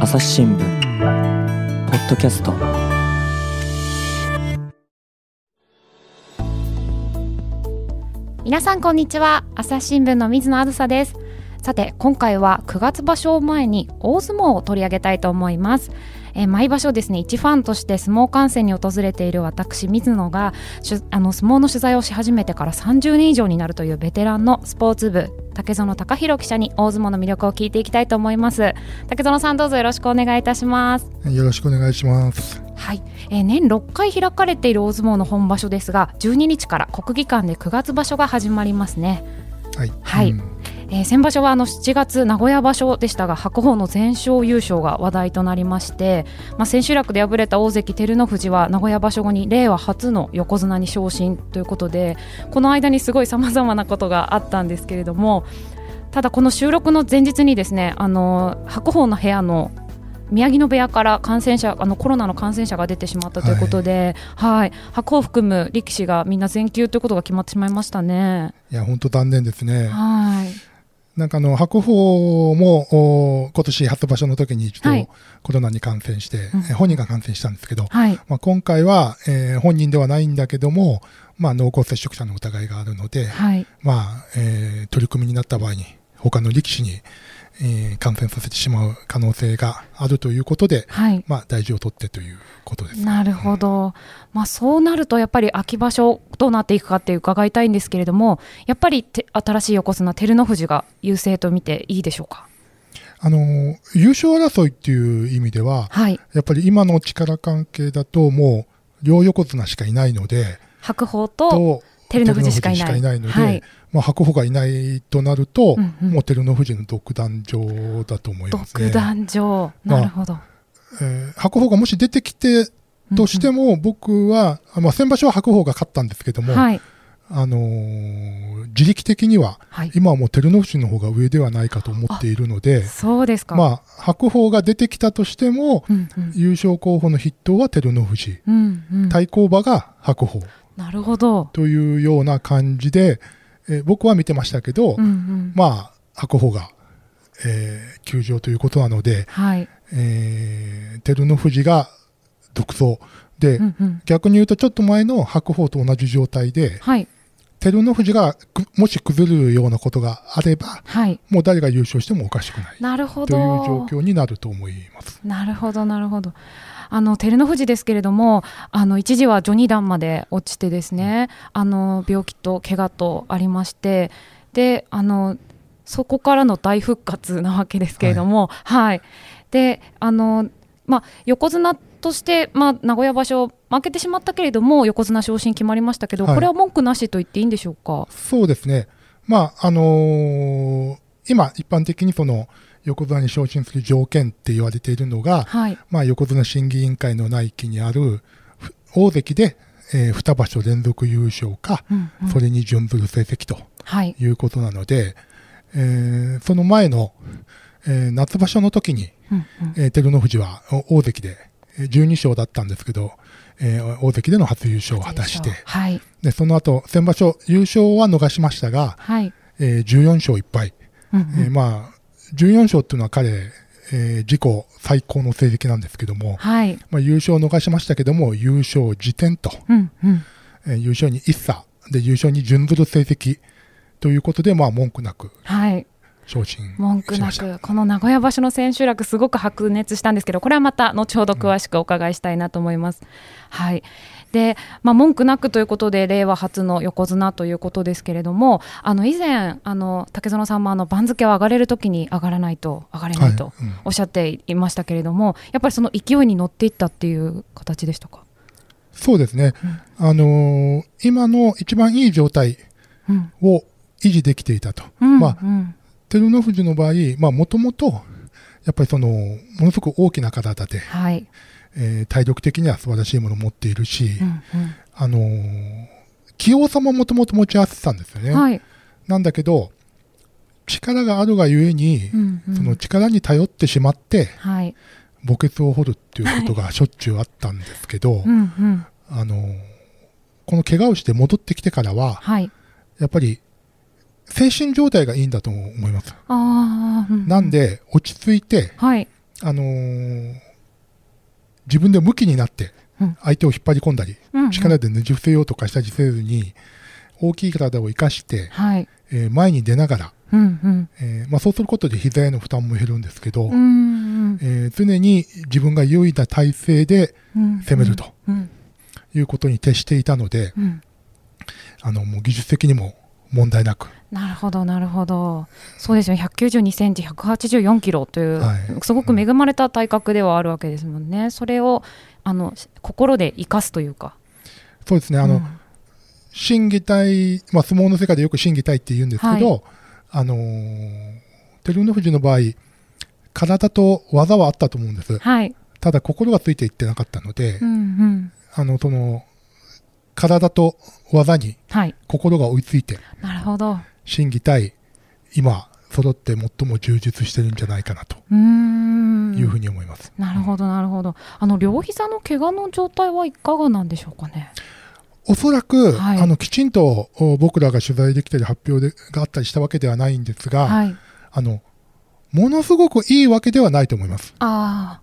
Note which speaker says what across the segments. Speaker 1: 朝日新聞ポッドキャスト
Speaker 2: 皆さんこんにちは朝日新聞の水野あずさですさて今回は9月場所を前に大相撲を取り上げたいと思いますえー毎場所ですね一ファンとして相撲観戦に訪れている私水野がしゅあの相撲の取材をし始めてから30年以上になるというベテランのスポーツ部竹園隆弘記者に大相撲の魅力を聞いていきたいと思います竹園さんどうぞよろしくお願いいたします
Speaker 3: よろしくお願いします。
Speaker 2: はい、えー年6回開かれている大相撲の本場所ですが12日から国技館で9月場所が始まりますね、
Speaker 3: はい。
Speaker 2: はい
Speaker 3: うん
Speaker 2: えー先場所はあの7月名古屋場所でしたが白鵬の全勝優勝が話題となりまして、まあ、千秋楽で敗れた大関照ノ富士は名古屋場所後に令和初の横綱に昇進ということでこの間にすごいさまざまなことがあったんですけれどもただこの収録の前日にですねあの白鵬の部屋の宮城の部屋から感染者あのコロナの感染者が出てしまったということで、はい白鵬を含む力士がみんな全休ということが決まってしまいましたね。
Speaker 3: いや、本当残念ですね。
Speaker 2: はい
Speaker 3: なんかあの、白鵬も、お今年初場所の時に一度
Speaker 2: はい
Speaker 3: コロナに感染して、
Speaker 2: うん
Speaker 3: え本人が感染したんですけど、
Speaker 2: はい
Speaker 3: まあ、今回は、えー本人ではないんだけども、まあ、濃厚接触者の疑いがあるので、
Speaker 2: はい
Speaker 3: まあ、えー取り組みになった場合に、他の力士に、えー感染させてしまう可能性があるということで、
Speaker 2: はい
Speaker 3: まあ、大事を取ってということです。
Speaker 2: なるほど、まあ、そうなるとやっぱり秋場所どうなっていくかって伺いたいんですけれどもやっぱりて新しい横綱照ノ富士が優勢と見ていいでしょうか
Speaker 3: あのー優勝争いっていう意味では、
Speaker 2: はい
Speaker 3: やっぱり今の力関係だともう両横綱しかいないので、
Speaker 2: 白鵬と
Speaker 3: と
Speaker 2: 照ノ富士しかいない
Speaker 3: 照ノ富士しかいないので、
Speaker 2: はい
Speaker 3: まあ、白鵬がいないとなると、
Speaker 2: うんうん
Speaker 3: もう照ノ富士の独壇場だと思いますね。
Speaker 2: 独壇場、
Speaker 3: まあ
Speaker 2: なるほど、
Speaker 3: えー白鵬がもし出てきてとして
Speaker 2: も、
Speaker 3: も、僕は、あまあ、先場所は白鵬が勝ったんですけども、
Speaker 2: はい
Speaker 3: あのー自力的には
Speaker 2: はい、
Speaker 3: 今はもう照ノ富士の方が上ではないかと思っているので、
Speaker 2: そうですか、
Speaker 3: まあ、白鵬が出てきたとしても、
Speaker 2: うんうん
Speaker 3: 優勝候補の筆頭は照ノ富士。
Speaker 2: うんうん、
Speaker 3: 対抗馬が白鵬
Speaker 2: なるほど、
Speaker 3: というような感じで、えー僕は見てましたけど、
Speaker 2: うんうん
Speaker 3: まあ白鵬が、えー休場ということなので、
Speaker 2: はい
Speaker 3: えー照ノ富士が独走で、
Speaker 2: うんうん
Speaker 3: 逆に言うとちょっと前の白鵬と同じ状態で
Speaker 2: はい
Speaker 3: 照ノ富士がくもし崩れるようなことがあれば
Speaker 2: はい
Speaker 3: もう誰が優勝してもおかしくない
Speaker 2: なるほ
Speaker 3: と
Speaker 2: ど
Speaker 3: いう状況になると思います。
Speaker 2: なるほどなるほどあの照ノ富士ですけれどもあの一時は序二段まで落ちてですねあの病気と怪我とありましてであのそこからの大復活なわけですけれども、はいであの、まあ、横綱として、まあ、名古屋場所負けてしまったけれども横綱昇進決まりましたけど、
Speaker 3: はい
Speaker 2: これは文句なしと言っていいんでしょうか。
Speaker 3: そうですね。まあ、あのー今一般的にその横綱に昇進する条件って言われているのが、
Speaker 2: はい、
Speaker 3: まあ、横綱審議委員会の内規にあるふ大関で、え2場所連続優勝か、
Speaker 2: うんうん
Speaker 3: それに準ずる成績と
Speaker 2: はい
Speaker 3: いうことなので、えーその前の、えー夏場所の時に、
Speaker 2: うんうん
Speaker 3: えー照ノ富士はお大関でえー12勝だったんですけど、えー大関での初優勝を果たして、
Speaker 2: はい
Speaker 3: でその後先場所優勝は逃しましたが、
Speaker 2: はい、
Speaker 3: えー14勝1敗、
Speaker 2: うんう
Speaker 3: えー
Speaker 2: ん
Speaker 3: まあ、14勝っていうのは彼、えー自己最高の成績なんですけども、
Speaker 2: はい
Speaker 3: まあ、優勝を逃しましたけども優勝時点と、
Speaker 2: うんうん
Speaker 3: えー優勝に一差で優勝に準ずる成績ということで、まあ、文句なく
Speaker 2: はい
Speaker 3: 昇進
Speaker 2: 文句
Speaker 3: し
Speaker 2: な
Speaker 3: ました。
Speaker 2: くこの名古屋場所の千秋楽すごく白熱したんですけどこれはまた後ほど詳しくお伺いしたいなと思います。はいでまあ、文句なくということで令和初の横綱ということですけれどもあの以前あの竹園さんもあの番付は上がれる時に上がらないと上がれないと
Speaker 3: はいうん
Speaker 2: おっしゃっていましたけれども、やっぱりその勢いに乗っていったっていう形でしたか、
Speaker 3: そうですね、あのー今の一番いい状態
Speaker 2: うん
Speaker 3: を維持できていたと、
Speaker 2: うん
Speaker 3: まあ、
Speaker 2: うん
Speaker 3: 照ノ富士の場合、もともとやっぱりそのものすごく大きな体で、
Speaker 2: はい
Speaker 3: えー体力的には素晴らしいものを持っているし、
Speaker 2: うん
Speaker 3: あのー器用さももともと持ち合わせてたんですよ
Speaker 2: う
Speaker 3: ね。
Speaker 2: んはい
Speaker 3: なんだけど、力があるがゆえに、
Speaker 2: うんうん
Speaker 3: その力に頼ってしまって、
Speaker 2: はい
Speaker 3: 墓穴を掘るっていうことがしょっちゅうあったんですけど、
Speaker 2: うんうん
Speaker 3: あの、この怪我をして戻ってきてからは、
Speaker 2: はい
Speaker 3: やっぱり、精神状態がいいんだと思います。
Speaker 2: あーうう
Speaker 3: なんで、落ち着いて、
Speaker 2: はい
Speaker 3: あのー自分で向きになって
Speaker 2: うん
Speaker 3: 相手を引っ張り込んだり、
Speaker 2: うんうん
Speaker 3: 力でねじ伏せようとかしたりせずに、大きい体を生かして、
Speaker 2: はい。
Speaker 3: えー前に出ながら、
Speaker 2: うん
Speaker 3: えーまあ、そうすることで膝への負担も減るんですけど、
Speaker 2: うん。うん
Speaker 3: えー常に自分が優位な体勢で
Speaker 2: うん。
Speaker 3: 攻めると
Speaker 2: うん。
Speaker 3: いうことに徹していたので、
Speaker 2: うん。
Speaker 3: あのもう技術的にも問題なく、
Speaker 2: なるほど、なるほど。そうですよね。192センチ、184キロという、
Speaker 3: はい
Speaker 2: すごく恵まれた体格ではあるわけですもんね。それを、あの、し心で生かすというか。
Speaker 3: そうですね、あの
Speaker 2: うん
Speaker 3: 審議体、まあ、相撲の世界でよく審議体って言うんですけど、あのー照ノ富士の場合、体と技はあったと思うんです。
Speaker 2: はい。
Speaker 3: ただ心がついていってなかったので、
Speaker 2: うんうん。
Speaker 3: あの、その、体と技に
Speaker 2: はい。
Speaker 3: 心が追いついて、
Speaker 2: なるほど。
Speaker 3: 審議対今、揃って最も充実してるんじゃないかなと
Speaker 2: うーん。
Speaker 3: いうふうに思います。
Speaker 2: なるほど、なるほど。あの、両膝の怪我の状態はいかがなんでしょうかね。
Speaker 3: おそらく、
Speaker 2: はい
Speaker 3: あの、きちんとお僕らが取材できたり発表でがあったりしたわけではないんですが、
Speaker 2: はい。
Speaker 3: あの、ものすごくいいわけではないと思います。
Speaker 2: あ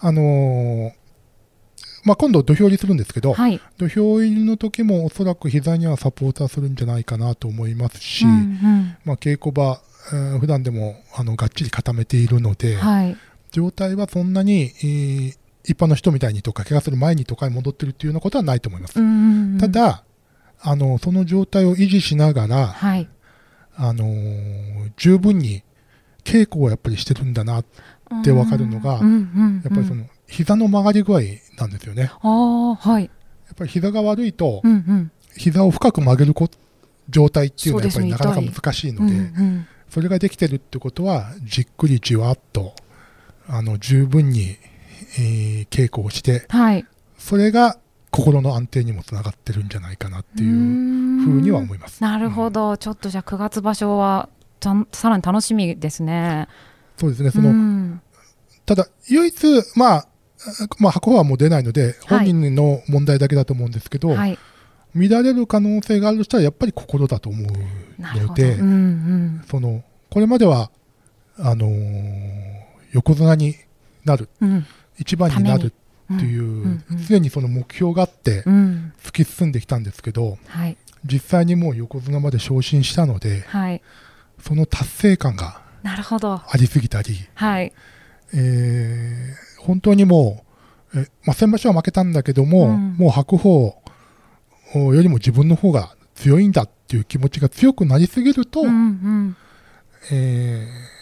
Speaker 3: あのーまあ、今度土俵入りするんですけ
Speaker 2: あ。
Speaker 3: ど、
Speaker 2: はい。
Speaker 3: 土俵入りの時もおそらく膝にはサポーターするんじゃないかなと思いますし、
Speaker 2: うんうん。
Speaker 3: まあ、稽古場、えー普段でもあのがっちり固めているので、
Speaker 2: はい。
Speaker 3: 状態はそんなに、えー一般の人みたいにとか、怪我する前にとかに戻ってるっていうようなことはないと思います。
Speaker 2: うんうんうん
Speaker 3: た、だあの、その状態を維持しながら、
Speaker 2: はい。
Speaker 3: あのー十分に稽古をやっぱりしてるんだな、やっでわかるのが
Speaker 2: うんうんう
Speaker 3: ぱ
Speaker 2: ん
Speaker 3: りその、膝の曲がり具合なんですよね。や
Speaker 2: ああ、はい。
Speaker 3: っぱり膝が悪いと
Speaker 2: う、んうん。
Speaker 3: 膝を深く曲げるこ状態っていうのはやっぱりなかな
Speaker 2: そ
Speaker 3: か
Speaker 2: うですね
Speaker 3: 難しい
Speaker 2: うん
Speaker 3: の
Speaker 2: う
Speaker 3: で、
Speaker 2: ん
Speaker 3: それができてるってことは、じっくりじわっと、あの、十分に、えー稽古をして、
Speaker 2: はい。っ
Speaker 3: それが心の安定にもつながってるんじゃないかなっていう
Speaker 2: う
Speaker 3: ふうには
Speaker 2: ーん
Speaker 3: 思います。
Speaker 2: なるほど。ちょっとじゃあ9月場所は、ちゃんさらに楽しみですね。
Speaker 3: そうですね、そうの、
Speaker 2: ん
Speaker 3: ただ、唯一、まあ、まあ、箱はもう出ないので、
Speaker 2: は
Speaker 3: 本
Speaker 2: い
Speaker 3: 人の問題だけだと思うんですけど、
Speaker 2: はい。
Speaker 3: 乱れる可能性があるとしたら、やっぱり心だと思う
Speaker 2: なる
Speaker 3: の
Speaker 2: ほど。う
Speaker 3: で、
Speaker 2: んうん。
Speaker 3: その、これまでは、あのー横綱になる、
Speaker 2: うん
Speaker 3: 一番になるってい
Speaker 2: ん
Speaker 3: う
Speaker 2: うんうん、
Speaker 3: 常にその目標があって
Speaker 2: う、ん。
Speaker 3: 突き進んできたんですけど、
Speaker 2: はい。
Speaker 3: 実際にもう横綱まで昇進したので、
Speaker 2: はい。
Speaker 3: その達成感が
Speaker 2: なるほど。
Speaker 3: ありすぎたり、
Speaker 2: はい。
Speaker 3: えー本当にもう、えまあ、先場所は負けたんだけども、
Speaker 2: うん
Speaker 3: もう白鵬よりも自分の方が強いんだっていう気持ちが強くなりすぎると、
Speaker 2: うん
Speaker 3: えー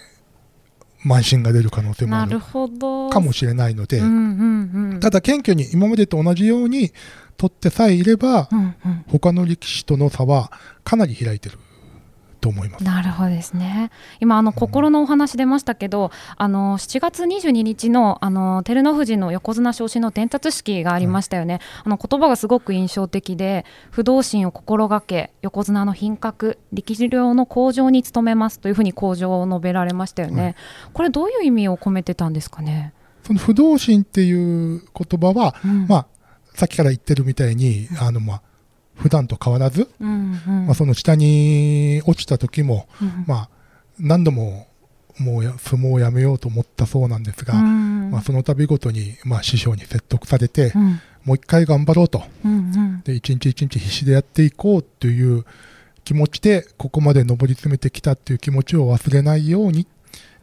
Speaker 3: 慢心が出る可能
Speaker 2: う
Speaker 3: 性
Speaker 2: ん。
Speaker 3: もあ
Speaker 2: な
Speaker 3: る
Speaker 2: るほど。
Speaker 3: かも
Speaker 2: し
Speaker 3: しれないので、
Speaker 2: うんうんうん。
Speaker 3: ただ謙虚に今までと同じように取ってさえいれば、
Speaker 2: うんうん。
Speaker 3: 他の力士との差はかなり開いてると思います。
Speaker 2: なるほどですね。今あの心のお話出ましたけど、あの7月22日のあの照ノ富士の横綱昇進の伝達式がありましたよね。あの言葉がすごく印象的で、不動心を心がけ、横綱の品格、力量の向上に努めますというふうに向上を述べられましたよね。これどういう意味を込めてたんですかね。
Speaker 3: その不動心っていう言葉は、
Speaker 2: うん
Speaker 3: まあ、さっきから言ってるみたいに、あの、まあ、普段と変わらず、
Speaker 2: うんうん
Speaker 3: まあ、その下に落ちた時も、
Speaker 2: うん
Speaker 3: まあ、何度も、もうや相撲をやめようと思ったそうなんですが、
Speaker 2: うん
Speaker 3: まあ、その度ごとに、まあ、師匠に説得されて、
Speaker 2: うん
Speaker 3: もう一回頑張ろうと。
Speaker 2: うんうん
Speaker 3: で、一日一日必死でやっていこうという気持ちで、ここまで上り詰めてきたっていう気持ちを忘れないように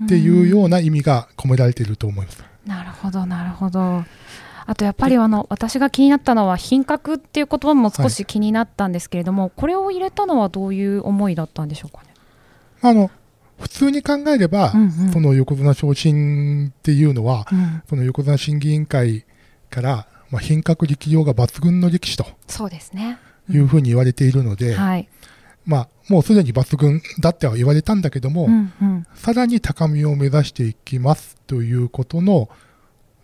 Speaker 3: っていうような意味が込められていると思います。
Speaker 2: なるほど、なるほど。あとやっぱりあの私が気になったのは品格っていう言葉も少し気になったんですけれども、これを入れたのはどういう思いだったんでしょうかね。
Speaker 3: あの、普通に考えれば、
Speaker 2: うんうん
Speaker 3: その横綱昇進っていうのは、
Speaker 2: うん、
Speaker 3: その横綱審議委員会から、まあ、品格力量が抜群の力士と
Speaker 2: そうですね。
Speaker 3: いうふうに言われているので、
Speaker 2: はい。
Speaker 3: まあ、もうすでに抜群だっては言われたんだけども、
Speaker 2: うんうん。
Speaker 3: さらに高みを目指していきますということの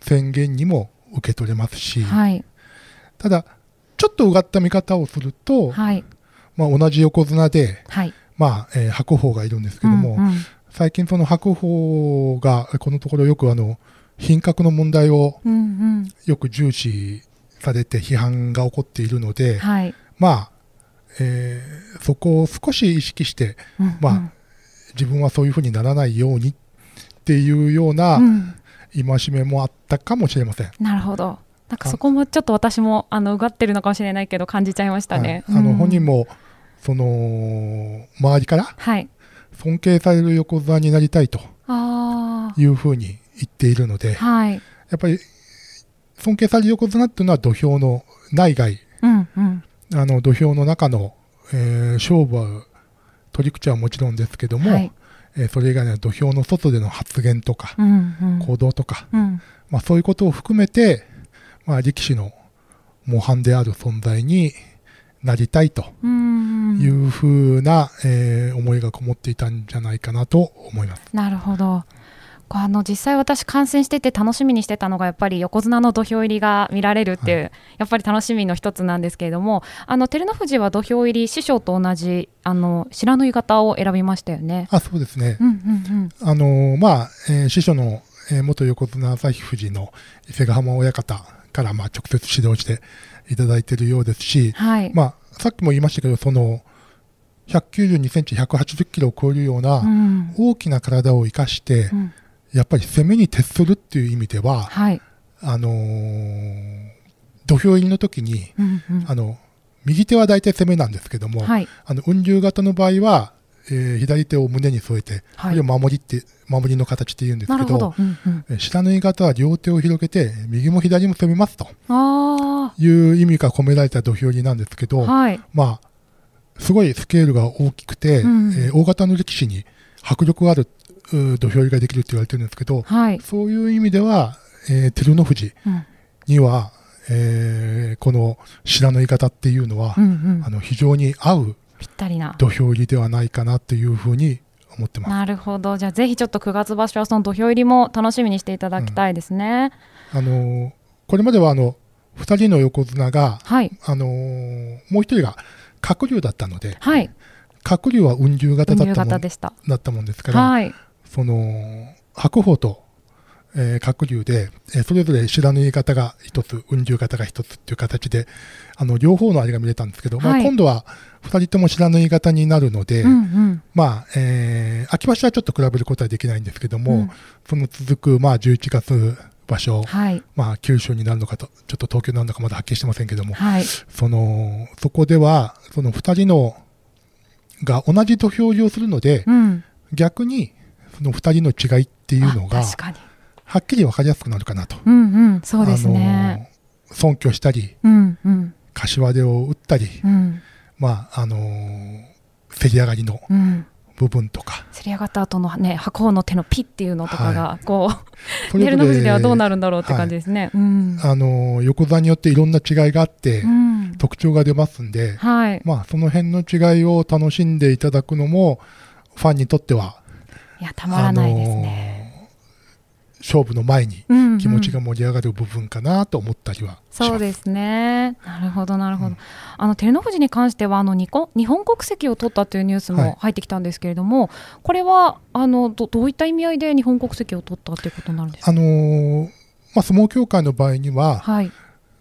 Speaker 3: 宣言にも受け取れますし、
Speaker 2: はい
Speaker 3: ただ、ちょっとうがった見方をすると、
Speaker 2: はい
Speaker 3: まあ、同じ横綱で、
Speaker 2: はい。
Speaker 3: まあ、えー白鵬がいるんですけども、
Speaker 2: うんうん
Speaker 3: 最近その白鵬がこのところよくあの品格の問題を
Speaker 2: うん
Speaker 3: よく重視されて批判が起こっているの
Speaker 2: う
Speaker 3: で、
Speaker 2: ん。はい。
Speaker 3: まあ、えーそこを少し意識して
Speaker 2: うんうん
Speaker 3: まあ自分はそういうふうにならないようにっていうような、
Speaker 2: うん
Speaker 3: 戒めもあったかもしれません。
Speaker 2: なるほど。なんかそこもちょっと私もあのうがってるのかもしれないけど感じちゃいましたね。
Speaker 3: はいあの
Speaker 2: うん
Speaker 3: 本人もその周りから
Speaker 2: はい。
Speaker 3: 尊敬される横綱になりたいと
Speaker 2: あ
Speaker 3: いうふうに言っているので、
Speaker 2: あ。はい。
Speaker 3: やっぱり尊敬される横綱っていうのは土俵の内外、
Speaker 2: うんうん。
Speaker 3: あの土俵の中の、えー勝負は取り口はもちろんですけども、
Speaker 2: はい。
Speaker 3: えーそれ以外の土俵の外での発言とか、
Speaker 2: うんうん。
Speaker 3: 行動とか、
Speaker 2: うん。
Speaker 3: まあ、そういうことを含めて、まあ、力士の模範である存在になりたいと
Speaker 2: うんうん。
Speaker 3: いうふうな、えー思いがこもっていたんじゃないかなと思います。
Speaker 2: なるほど。こうあの実際私観戦してて楽しみにしてたのがやっぱり横綱の土俵入りが見られるっていう、やっぱり楽しみの一つなんですけれどもあの照ノ富士は土俵入り師匠と同じあの白縫い型を選びましたよね。
Speaker 3: あそうですね
Speaker 2: う。んうん
Speaker 3: あのーまあ、えー師匠の、えー元横綱旭富士の伊勢ヶ浜親方から、まあ、直接指導していただいているようです
Speaker 2: うん。
Speaker 3: し、
Speaker 2: はい。
Speaker 3: まあ、さっきも言いましたけど、その、192センチ、180キロを超えるよう
Speaker 2: う
Speaker 3: な、
Speaker 2: ん
Speaker 3: 大きな体を生かして
Speaker 2: う、ん、
Speaker 3: やっぱり攻めに徹するっていう意味では、
Speaker 2: はい。
Speaker 3: あのー土俵入りの時に、
Speaker 2: うんうん
Speaker 3: あの、右手は大体攻めなんですけども、
Speaker 2: はい。
Speaker 3: あの、雲龍型の場合は、えー左手を胸に添えて、
Speaker 2: はい
Speaker 3: これを守りって、守りの形って言うんです
Speaker 2: な
Speaker 3: け
Speaker 2: る
Speaker 3: ど、
Speaker 2: ほど。うんうん、
Speaker 3: えー下縫い型は両手を広げて、右も左も攻めますと
Speaker 2: あ
Speaker 3: いう意味が込められた土俵入りなんですけ
Speaker 2: あ。
Speaker 3: ど、
Speaker 2: はい。
Speaker 3: まあ、すごいスケールが大きくて、
Speaker 2: うん
Speaker 3: えー大型の力士に迫力があるうー土俵入りができるって言われてるんですけど、
Speaker 2: はい。
Speaker 3: そういう意味では、えー照ノ富士
Speaker 2: うん
Speaker 3: には、えーこの白の言い方っていうのは、
Speaker 2: うんうん
Speaker 3: あ。の非常に合う
Speaker 2: ぴったりな。
Speaker 3: 土俵入りではないかなっていうふうに思ってます。
Speaker 2: なるほど。じゃあぜひちょっと9月場所はその土俵入りも楽しみにしていただきたいですね。
Speaker 3: あのーこれまではあの2人の横綱が、
Speaker 2: はい。
Speaker 3: あのーもう1人が鶴竜だったので
Speaker 2: はい。
Speaker 3: 鶴竜は雲竜型
Speaker 2: 分
Speaker 3: だ
Speaker 2: 流
Speaker 3: ったも
Speaker 2: 型
Speaker 3: ん
Speaker 2: でした。
Speaker 3: だったもんですから、
Speaker 2: はい。
Speaker 3: その白鵬と、えー、鶴竜で、えーそれぞれ白縫い型が一つ雲竜型が一つっていう形であの両方のあれが見れたんですけど、ま
Speaker 2: は
Speaker 3: あ、
Speaker 2: い
Speaker 3: 今度は二人とも白縫い型になるので、
Speaker 2: うんうん。
Speaker 3: まあえー秋場所はちょっと比べることはできないんですけども、
Speaker 2: うん
Speaker 3: その続く、まあ、11月場所、
Speaker 2: はい。
Speaker 3: まあ、九州になるのかとちょっと東京になるのかまだはっきりしてませんけども
Speaker 2: はい。
Speaker 3: そのそこではその二人のが同じ土俵入りをするので、
Speaker 2: うん。
Speaker 3: 逆にその二人の違いっていうの
Speaker 2: あ
Speaker 3: が
Speaker 2: 確かに。
Speaker 3: はっきり分かりやすくなるかなと。
Speaker 2: うんうん。そうですね。
Speaker 3: あのー、忖度したり、
Speaker 2: うんうん。
Speaker 3: 柏手を打ったり、
Speaker 2: うん
Speaker 3: まあ、あのー、競り上がりの
Speaker 2: うん。
Speaker 3: 部分とか、
Speaker 2: せり上がった後のね、白鵬の手のピっていうのとかが、こ、
Speaker 3: そうれぞ
Speaker 2: 照
Speaker 3: れ
Speaker 2: ノ富士ではどうなるんだろうって感じですね。うん。
Speaker 3: あのー、横座によっていろんな違いがあって、
Speaker 2: うん。
Speaker 3: 特徴が出ますんで、
Speaker 2: はい。
Speaker 3: まあ、その辺の違いを楽しんでいただくのも、ファンにとっては、
Speaker 2: いや、たまらないですね。
Speaker 3: あのー勝負の前に
Speaker 2: うんうん
Speaker 3: 気持ちが盛り上がる部分かなと思ったりはします。
Speaker 2: そうですね。なるほど、なるほど。
Speaker 3: うん
Speaker 2: あの照ノ富士に関しては、あの日本日本国籍を取ったというニュース
Speaker 3: は
Speaker 2: も
Speaker 3: い
Speaker 2: 入ってきたんですけれども。これは、あの、ど、どういった意味合いで日本国籍を取ったということになるんですか。
Speaker 3: あのーまあ、相撲協会の場合には、
Speaker 2: はい。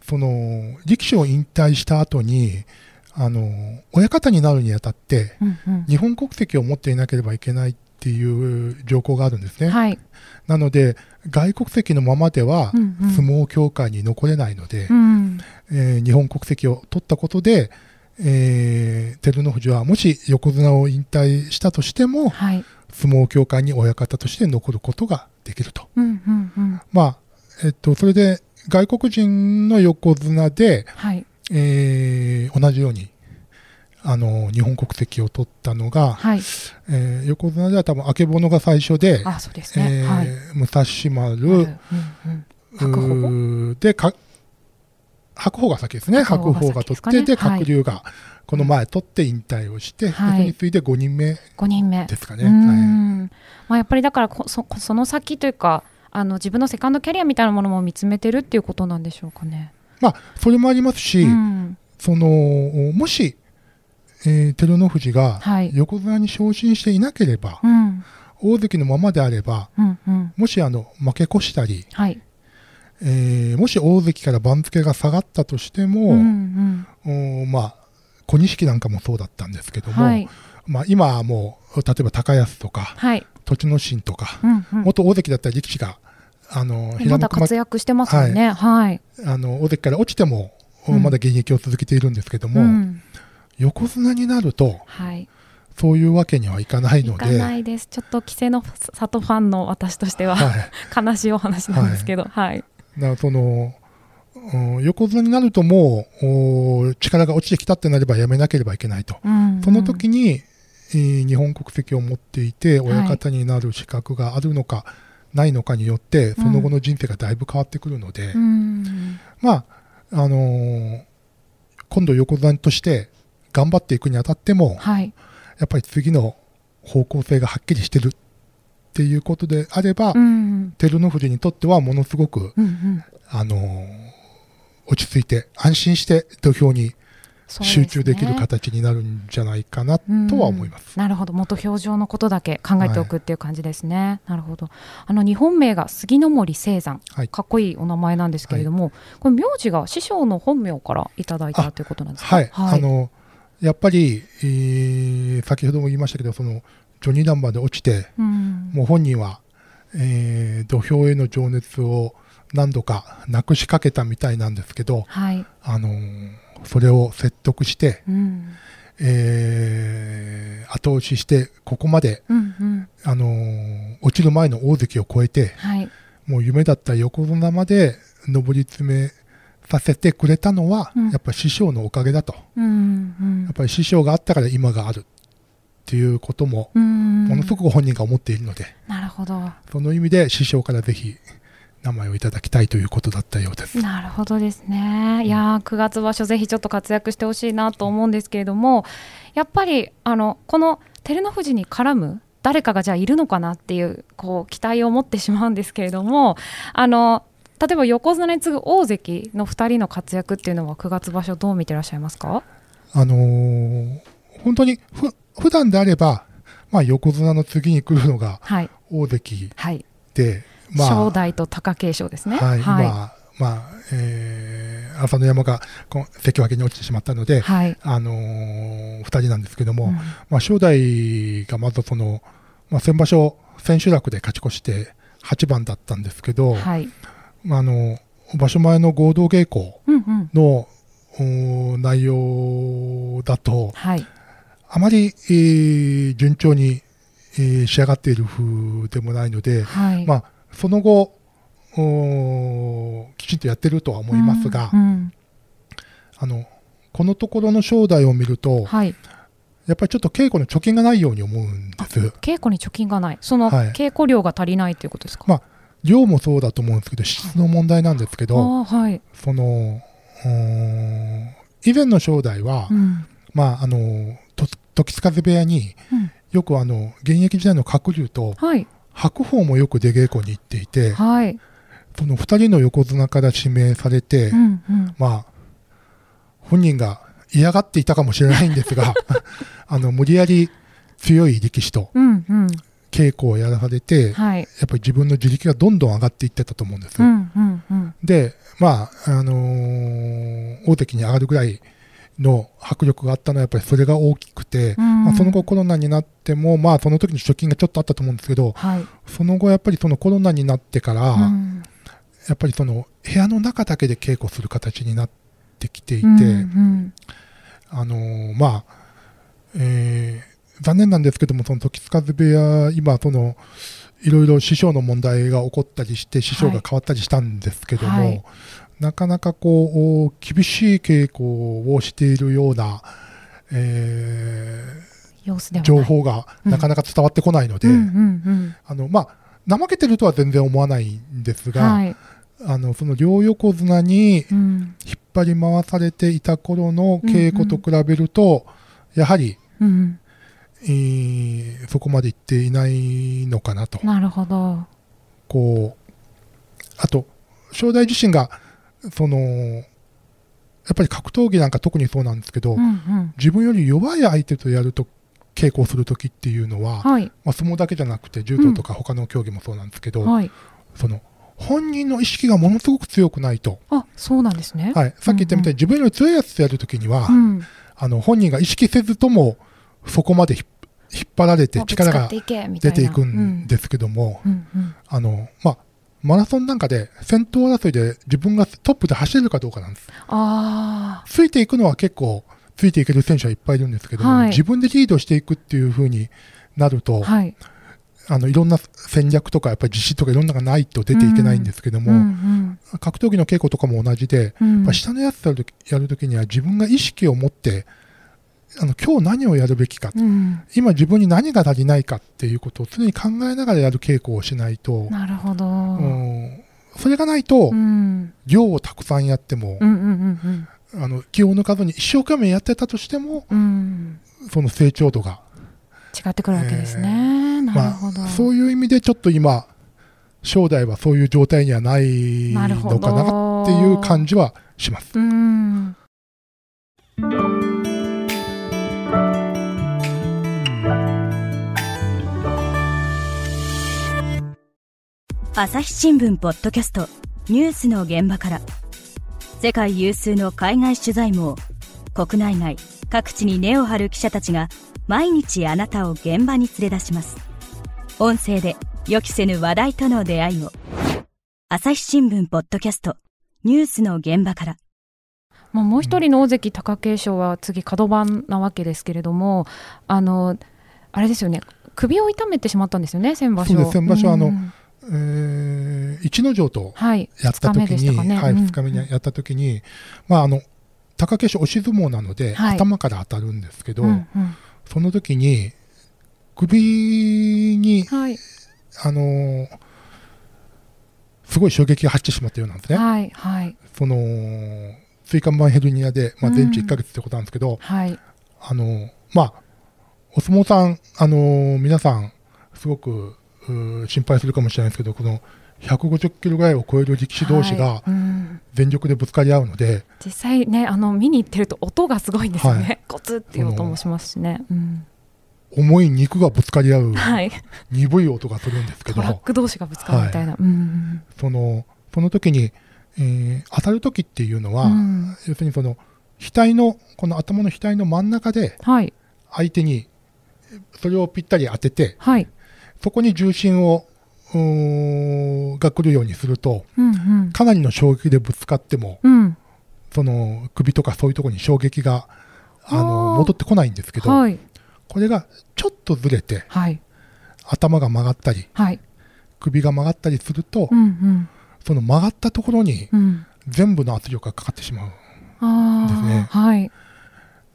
Speaker 3: その力士を引退した後にあの親方になるにあたって
Speaker 2: うんうん。
Speaker 3: 日本国籍を持っていなければいけないっていう条項があるんですね、
Speaker 2: はい。
Speaker 3: なので外国籍のままでは
Speaker 2: うんうん
Speaker 3: 相撲協会に残れないので
Speaker 2: う、ん。
Speaker 3: えー日本国籍を取ったことで、えー照ノ富士はもし横綱を引退したとしても
Speaker 2: はい。
Speaker 3: 相撲協会に親方として残ることができると。
Speaker 2: うんうんうん。
Speaker 3: まあえっと、それで外国人の横綱で、
Speaker 2: はい。
Speaker 3: えー同じようにあの日本国籍を取ったのが、
Speaker 2: はい。
Speaker 3: えー横綱では多分曙が最初で、
Speaker 2: あ、そうです
Speaker 3: え
Speaker 2: ね。
Speaker 3: ー
Speaker 2: はい。
Speaker 3: 武蔵
Speaker 2: うんう
Speaker 3: 丸
Speaker 2: ん白鵬
Speaker 3: うーでか白鵬が先ですね
Speaker 2: 白鵬
Speaker 3: 白
Speaker 2: が
Speaker 3: 鵬が
Speaker 2: 先で
Speaker 3: 取
Speaker 2: すか
Speaker 3: っ
Speaker 2: ね
Speaker 3: てで
Speaker 2: はい
Speaker 3: 鶴竜がこの前取って引退をして、
Speaker 2: はい
Speaker 3: それに次いで5人目
Speaker 2: 五人目。
Speaker 3: ですかね。
Speaker 2: う
Speaker 3: はい
Speaker 2: んまあ、やっぱりだからこそその先というかあの自分のセカンドキャリアみたいなものも見つめてるっていうことなんでしょうかね。
Speaker 3: まあ、それもありますし、
Speaker 2: うん、
Speaker 3: そのもし、えー照ノ富士が
Speaker 2: はい
Speaker 3: 横綱に昇進していなければ、
Speaker 2: うん
Speaker 3: 大関のままであれば、
Speaker 2: うんうん
Speaker 3: もしあの負け越したり、
Speaker 2: はい。
Speaker 3: えーもし大関から番付が下がったとしても、
Speaker 2: うんうん
Speaker 3: おーまあ、小錦なんかもそうだったんですけども、
Speaker 2: はい
Speaker 3: まあ、今はもう例えば高安とか
Speaker 2: はい。
Speaker 3: 栃ノ心とか、
Speaker 2: うんうん
Speaker 3: 元大関だった力士があの
Speaker 2: まだ活躍してますよね。はい。
Speaker 3: あの大関から落ちても、
Speaker 2: うん
Speaker 3: まだ現役を続けているんですけども、
Speaker 2: うん
Speaker 3: 横綱になると
Speaker 2: はい。
Speaker 3: そういうわけにはいかない
Speaker 2: 行
Speaker 3: ので
Speaker 2: かないです。ちょっと規制の里ファンの私としては、
Speaker 3: は
Speaker 2: 悲しいお話なんですけど、はい。
Speaker 3: い、だからその、うん横綱になるともうおー力が落ちてきたってなればやめなければいけないと、
Speaker 2: うん
Speaker 3: その時に、えー日本国籍を持っていて親方になる資格があるのか、ないのかによってその後の人生がだいぶ変わってくるので、
Speaker 2: うん
Speaker 3: まああのー今度横綱として頑張っていくにあたっても、
Speaker 2: はい。
Speaker 3: やっぱり次の方向性がはっきりしてるっていうことであれば、
Speaker 2: うん
Speaker 3: 照ノ富士にとってはものすごく、
Speaker 2: うんうん
Speaker 3: あのー落ち着いて安心して土俵に集中できる形になるんじゃないかなとは思います。
Speaker 2: うんなるほど元表情のことだけ考えておくっていう感じですね、なるほどあの日本名が杉の森清山、
Speaker 3: はい
Speaker 2: かっこいいお名前なんですけれども、これ名字が師匠の本名からいただいた
Speaker 3: あ
Speaker 2: ということなんですか
Speaker 3: はい、あのやっぱり、えー先ほども言いましたけどそのジョニー・ダンバーで落ちて
Speaker 2: うん
Speaker 3: もう本人は、えー土俵への情熱を何度かなくしかけたみたいなんですけど、
Speaker 2: はい、
Speaker 3: あのーそれを説得して、
Speaker 2: うん
Speaker 3: えー後押ししてここまで、
Speaker 2: うんうん
Speaker 3: あのー落ちる前の大関を超えて
Speaker 2: はい
Speaker 3: もう夢だった横綱まで上り詰めさせてくれたのは、
Speaker 2: うん
Speaker 3: やっぱり師匠のおかげだと
Speaker 2: うんうん
Speaker 3: やっぱり師匠があったから今があるっていうことも
Speaker 2: うん
Speaker 3: ものすごく本人が思っているので、
Speaker 2: なるほど
Speaker 3: その意味で師匠からぜひ名前をいただきたいということだったようです。
Speaker 2: なるほどですね。いやー、9月場所、ぜひちょっと活躍してほしいなと思うんですけれども、やっぱりあのこの照ノ富士に絡む誰かがじゃあいるのかなっていうこう期待を持ってしまうんですけれども、あの例えば横綱に次ぐ大関の2人の活躍っていうのは、9月場所、どう見てらっしゃいますか、
Speaker 3: あのー本当にふ普段であれば、まあ、横綱の次に来るのが
Speaker 2: はい
Speaker 3: 大関
Speaker 2: はい
Speaker 3: で、まあ、
Speaker 2: 正代と貴景勝ですね。
Speaker 3: はい、
Speaker 2: はい
Speaker 3: まあ、まあ、えー朝の山がこう関脇に落ちてしまったので、
Speaker 2: はい
Speaker 3: あのー、2人なんですけども、
Speaker 2: うん
Speaker 3: まあ、正代がまずその、まあ、先場所、千秋楽で勝ち越して8番だったんですけど、
Speaker 2: はい
Speaker 3: まああの場所前の合同稽古
Speaker 2: うんうん
Speaker 3: のお内容だと、
Speaker 2: はい
Speaker 3: あまり、えー順調に、えー仕上がっている風でもないので、
Speaker 2: はい
Speaker 3: まあ、その後おーきちんとやってるとは思いますが、
Speaker 2: うん
Speaker 3: あのこのところの正代を見
Speaker 2: う
Speaker 3: る
Speaker 2: ん
Speaker 3: と、
Speaker 2: はい、
Speaker 3: やっぱりちょっと稽古の貯金がないように思うんです。
Speaker 2: 稽古に貯金がない、その
Speaker 3: はい
Speaker 2: 稽古量が足りないということですか。
Speaker 3: まあ、量もそうだと思うんですけど質の問題なんですけど
Speaker 2: あーはい、
Speaker 3: そのうーん以前の正代は、
Speaker 2: うん
Speaker 3: まあ、あのと時津風部屋に
Speaker 2: うん
Speaker 3: よくあの現役時代の鶴竜と
Speaker 2: はい、
Speaker 3: 白鵬もよく出稽古に行っていて
Speaker 2: はい、
Speaker 3: その2人の横綱から指名されて、
Speaker 2: うんうん、
Speaker 3: まあ、本人が嫌がっていたかもしれないんで すがあの無理やり強い力士と
Speaker 2: うんうん、
Speaker 3: 稽古をやらされて、や
Speaker 2: はい、
Speaker 3: っぱり自分の自力がどんどん上がっていってたと思うんです。
Speaker 2: うんうんうん、
Speaker 3: で、まああのー大関に上がるぐらいの迫力があったのはやっぱりそれが大きくて、
Speaker 2: うん
Speaker 3: まあ、その後コロナになっても、まあ、その時の貯金がちょっとあったと思うんですけど
Speaker 2: はい、
Speaker 3: その後やっぱりそのコロナになってから、
Speaker 2: うん
Speaker 3: やっぱりその部屋の中だけで稽古する形になってきていて、
Speaker 2: うんうん、
Speaker 3: あのーまあ、えー残念なんですけども、その時津風部屋、今、その、いろいろ師匠の問題が起こったりして、師匠が変わったりしたんですけども、
Speaker 2: はい
Speaker 3: なかなかこう、厳しい稽古をしているような、え
Speaker 2: 様子で
Speaker 3: ー
Speaker 2: はない
Speaker 3: 情報が
Speaker 2: うん
Speaker 3: なかなか伝わってこないので、
Speaker 2: うんうん
Speaker 3: あの、まあ、怠けてるとは全然思わないんです
Speaker 2: うん、
Speaker 3: が、
Speaker 2: はい、
Speaker 3: あの、その両横綱に
Speaker 2: うん
Speaker 3: 引っ張り回されていた頃の稽古と比べると、やはり、
Speaker 2: うん、
Speaker 3: えーそこまで行っていないのかなと、
Speaker 2: なるほど、
Speaker 3: こうあと、正代自身がそのやっぱり格闘技なんか特にそうなんですけど、
Speaker 2: うんうん、
Speaker 3: 自分より弱い相手とやると稽古をするときっていうのは、
Speaker 2: はい、
Speaker 3: まあ、相撲だけじゃなくて柔道とか他の競技もそうなんですけど、
Speaker 2: はい、
Speaker 3: その本人の意識がものすごく強くないと、
Speaker 2: あ、そうなんですね。
Speaker 3: はい、さっき言ったみたいに自分より強いやつとやるときには、
Speaker 2: うん、
Speaker 3: あの本人が意識せずともそこまで引っ引っ張られて力
Speaker 2: あぶつか
Speaker 3: が
Speaker 2: っていけみたい
Speaker 3: 出
Speaker 2: な
Speaker 3: ていくんですけども、
Speaker 2: うんうん
Speaker 3: あのまあ、マラソンなんかで先頭争いで自分がトップで走れるかどうかなんです。
Speaker 2: あ
Speaker 3: ついていくのは結構ついていける選手はいっぱいいるんですけども、
Speaker 2: はい
Speaker 3: 自分でリードしていくっていう風になると、
Speaker 2: あ、はい。
Speaker 3: あのいろんな戦略とかやっぱり実施とかいろんなのがないと出ていけないんですけども、
Speaker 2: うん
Speaker 3: 格闘技の稽古とかも同じで、
Speaker 2: うんうん
Speaker 3: やっぱ下のやつやるときやる時には自分が意識を持ってあの今日何をやるべきか、
Speaker 2: うん
Speaker 3: 今自分に何が足りないかっていうことを常に考えながらやる稽古をしないと、
Speaker 2: なるほど。
Speaker 3: うんそれがないと、
Speaker 2: うん
Speaker 3: 量をたくさんやっても
Speaker 2: うんう、んうん
Speaker 3: あの気を抜かずに一生懸命やってたとしても
Speaker 2: うんうん
Speaker 3: その成長度が、
Speaker 2: 違ってくるわけですね。
Speaker 3: え
Speaker 2: なる
Speaker 3: ま
Speaker 2: ほど。
Speaker 3: あ、そういう意味でちょっと今正代はそういう状態にはない
Speaker 2: なるほ
Speaker 3: の
Speaker 2: ど
Speaker 3: かなっていう感じはします。
Speaker 2: うん。
Speaker 4: 朝日新聞ポッドキャストニュースの現場から世界有数の海外取材網国内外各地に根を張る記者たちが毎日あなたを現場に連れ出します音声で予期せぬ話題との出会いを朝日新聞ポッドキャストニュースの現場から
Speaker 2: まあ、もう一人の大関貴景勝は次角番なわけですけれども、あのあれですよね。首を痛めてしまったんですよね。先場所。
Speaker 3: そうです先場所あの
Speaker 2: うん
Speaker 3: えー逸ノ城と
Speaker 2: はい。
Speaker 3: やった時
Speaker 2: 二日目でし
Speaker 3: に、
Speaker 2: たかね
Speaker 3: はい、
Speaker 2: うん
Speaker 3: 2日目にやった時に、まああの貴景勝押し相撲なので、
Speaker 2: はい
Speaker 3: 頭から当たるんですけど、
Speaker 2: うんうん
Speaker 3: その時に首に
Speaker 2: はい
Speaker 3: あのーすごい衝撃が走ってしまったようなんですね。
Speaker 2: はいはい
Speaker 3: その椎間板ヘルニアで、まあ、
Speaker 2: うん
Speaker 3: 全治1ヶ月ってことなんですけど、
Speaker 2: はい。
Speaker 3: あのまあお相撲さん、あの皆さんすごくうー心配するかもしれないですけどこの150キロぐらいを超える力士同士
Speaker 2: は
Speaker 3: が
Speaker 2: いうん
Speaker 3: 全力でぶつかり合うので、
Speaker 2: 実際ねあの見に行ってると音がすごいんですよね、
Speaker 3: はい
Speaker 2: コツっていう音もしますしね、うん、
Speaker 3: 重い肉がぶつかり合う
Speaker 2: はい
Speaker 3: 鈍い音がするんですけ
Speaker 2: ト
Speaker 3: ど
Speaker 2: ラック同士がぶつかるみたいな、うん
Speaker 3: そのその時に、えー当たる時っていうのは、
Speaker 2: うん
Speaker 3: 要するにその額のこの頭の額の真ん中で
Speaker 2: はい
Speaker 3: 相手にそれをぴったり当てて
Speaker 2: はい、
Speaker 3: そこに重心をうーんが来るようにすると、
Speaker 2: うんうん
Speaker 3: かなりの衝撃でぶつかっても、
Speaker 2: うん、
Speaker 3: その首とかそういうところに衝撃があ
Speaker 2: あ
Speaker 3: の
Speaker 2: ー
Speaker 3: 戻ってこないんですけど、
Speaker 2: はい
Speaker 3: これがちょっとずれて、
Speaker 2: はい
Speaker 3: 頭が曲がったり、
Speaker 2: はい、
Speaker 3: 首が曲がったりすると、
Speaker 2: うんうん
Speaker 3: その曲がったところに
Speaker 2: うん、
Speaker 3: 全部の圧力がかかってしまう。
Speaker 2: ああ、
Speaker 3: ですね
Speaker 2: はい、